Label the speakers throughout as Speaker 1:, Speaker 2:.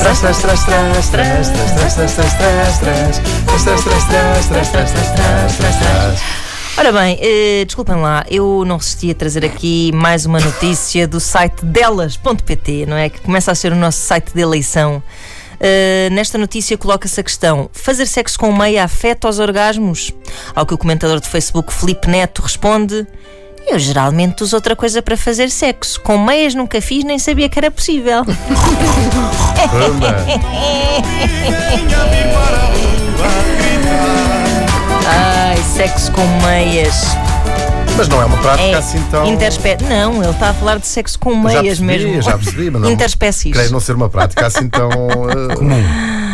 Speaker 1: Trás, trás, trás, trás, trás, trás, trás, trás, trás, trás, trás, trás, trás, trás, trás, trás, trás, trás, trás, trás, trás.
Speaker 2: Ora bem, eh, desculpem lá, eu não resisti a trazer aqui mais uma notícia do site delas.pt, não é? Que começa a ser o nosso site de eleição. Eh, nesta notícia coloca-se a questão: fazer sexo com meia afeta aos orgasmos? Ao que o comentador de Facebook Felipe Neto responde: Eu geralmente uso outra coisa para fazer sexo. Com meias nunca fiz, nem sabia que era possível.
Speaker 1: Pumba.
Speaker 2: Ai, sexo com meias.
Speaker 1: Mas não é uma prática
Speaker 2: É,
Speaker 1: assim tão.
Speaker 2: interespé- Não, ele está a falar de sexo com meias
Speaker 1: já percebi,
Speaker 2: mesmo.
Speaker 1: Já percebi, mas não.
Speaker 2: Interespécies.
Speaker 1: Creio não ser uma prática assim tão. comum.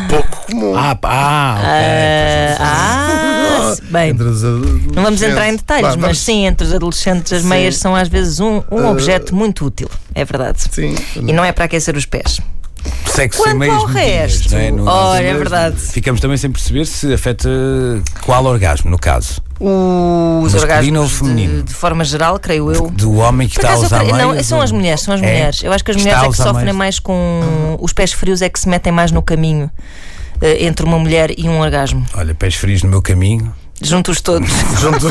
Speaker 1: Pouco comum.
Speaker 3: Ah, pá, ah,
Speaker 2: Ah, ah, se- bem,
Speaker 1: Entre eh, os adolescentes.
Speaker 2: não vamos entrar em detalhes,
Speaker 1: Vá,
Speaker 2: mas
Speaker 1: vamos-
Speaker 2: sim, entre os adolescentes as
Speaker 1: Sim.
Speaker 2: meias são às vezes um, um
Speaker 3: Ah,
Speaker 2: objeto muito útil, é verdade.
Speaker 1: Sim.
Speaker 2: E não é para aquecer os pés.
Speaker 3: ok. Sexo sem
Speaker 2: Quanto
Speaker 3: meias
Speaker 2: ao
Speaker 3: medidas,
Speaker 2: resto,
Speaker 3: não é? Não-
Speaker 2: olha, é verdade.
Speaker 3: Ficamos também sem perceber se afeta qual orgasmo, no caso.
Speaker 2: Os
Speaker 3: Masculino ou
Speaker 2: orgasmos de,
Speaker 3: feminino?
Speaker 2: de forma geral, creio eu.
Speaker 3: Do homem que
Speaker 2: Por
Speaker 3: está a
Speaker 2: acaso, eu
Speaker 3: usar
Speaker 2: creio-
Speaker 3: meias.
Speaker 2: não, são as
Speaker 3: ou-
Speaker 2: mulheres, são as
Speaker 3: É?
Speaker 2: mulheres. Eu acho que as
Speaker 3: Está a
Speaker 2: mulheres é que
Speaker 3: usar
Speaker 2: sofrem
Speaker 3: meias.
Speaker 2: mais com os pés frios, é que se metem mais no caminho eh, entre uma mulher e um orgasmo.
Speaker 3: Olha, pés frios no meu caminho.
Speaker 2: Juntos todos.
Speaker 1: Junto.